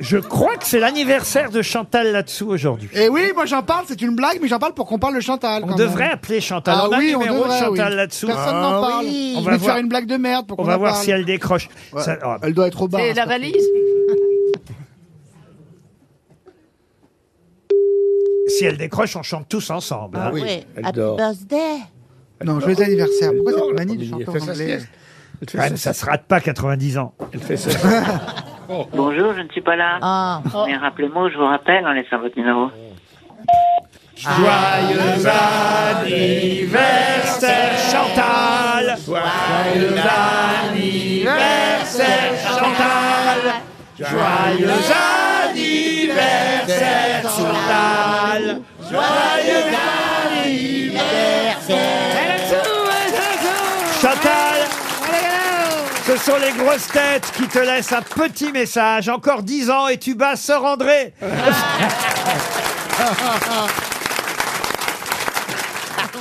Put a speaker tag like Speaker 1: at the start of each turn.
Speaker 1: Je crois que c'est l'anniversaire de Chantal là-dessous aujourd'hui.
Speaker 2: Et Eh oui, moi j'en parle, c'est une blague, mais j'en parle pour qu'on parle de Chantal.
Speaker 1: On
Speaker 2: quand
Speaker 1: devrait
Speaker 2: même.
Speaker 1: appeler Chantal.
Speaker 2: Ah
Speaker 1: on a
Speaker 2: oui,
Speaker 1: un
Speaker 2: on
Speaker 1: numéro de
Speaker 2: devrait,
Speaker 1: Chantal
Speaker 2: oui.
Speaker 1: là-dessous. Ah
Speaker 2: Personne n'en parle.
Speaker 1: On
Speaker 2: On
Speaker 1: va
Speaker 2: va
Speaker 1: voir.
Speaker 2: faire une blague de merde pour
Speaker 1: On
Speaker 2: qu'on
Speaker 1: va
Speaker 2: en
Speaker 1: voir
Speaker 2: parle.
Speaker 1: si elle décroche.
Speaker 2: Ouais.
Speaker 1: Ça- oh,
Speaker 2: Elle doit être au bar.
Speaker 3: C'est la valise
Speaker 1: si elle décroche, on chante tous ensemble.
Speaker 2: Ah
Speaker 1: hein.
Speaker 4: oui,
Speaker 5: elle
Speaker 4: Ah Happy
Speaker 5: dort.
Speaker 4: birthday.
Speaker 2: Non, joyeux anniversaire. Pourquoi
Speaker 5: dort,
Speaker 2: cette manie de
Speaker 5: l'après-midi,
Speaker 2: chanter
Speaker 5: elle
Speaker 2: en
Speaker 5: fait sa
Speaker 2: anglais
Speaker 5: sieste. Elle fait
Speaker 1: Quand même,
Speaker 5: sa-
Speaker 1: ça se rate pas 90 ans.
Speaker 5: elle fait sa-
Speaker 3: Bonjour, je ne suis pas là.
Speaker 4: Ah.
Speaker 3: Mais rappelez-moi, je vous rappelle en laissant votre numéro.
Speaker 1: Joyeux anniversaire Chantal Joyeux anniversaire Chantal Joyeux anniversaire Chantal Joyeux anniversaire Chantal ce sont les grosses têtes qui te laissent un petit message. Encore 10 ans et tu bats Sir André.